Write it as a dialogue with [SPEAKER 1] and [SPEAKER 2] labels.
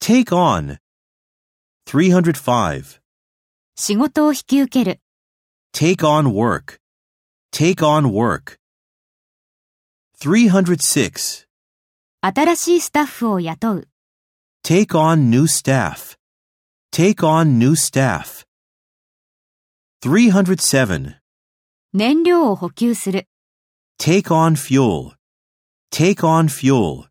[SPEAKER 1] Take on. 305.
[SPEAKER 2] 仕事を引き受ける、
[SPEAKER 1] Take on work. Take on work. 306.
[SPEAKER 2] 新しいスタッフを雇う、
[SPEAKER 1] Take on new staff. Take on new staff. 307.
[SPEAKER 2] 燃料を補給する。
[SPEAKER 1] Take on fuel. Take on fuel.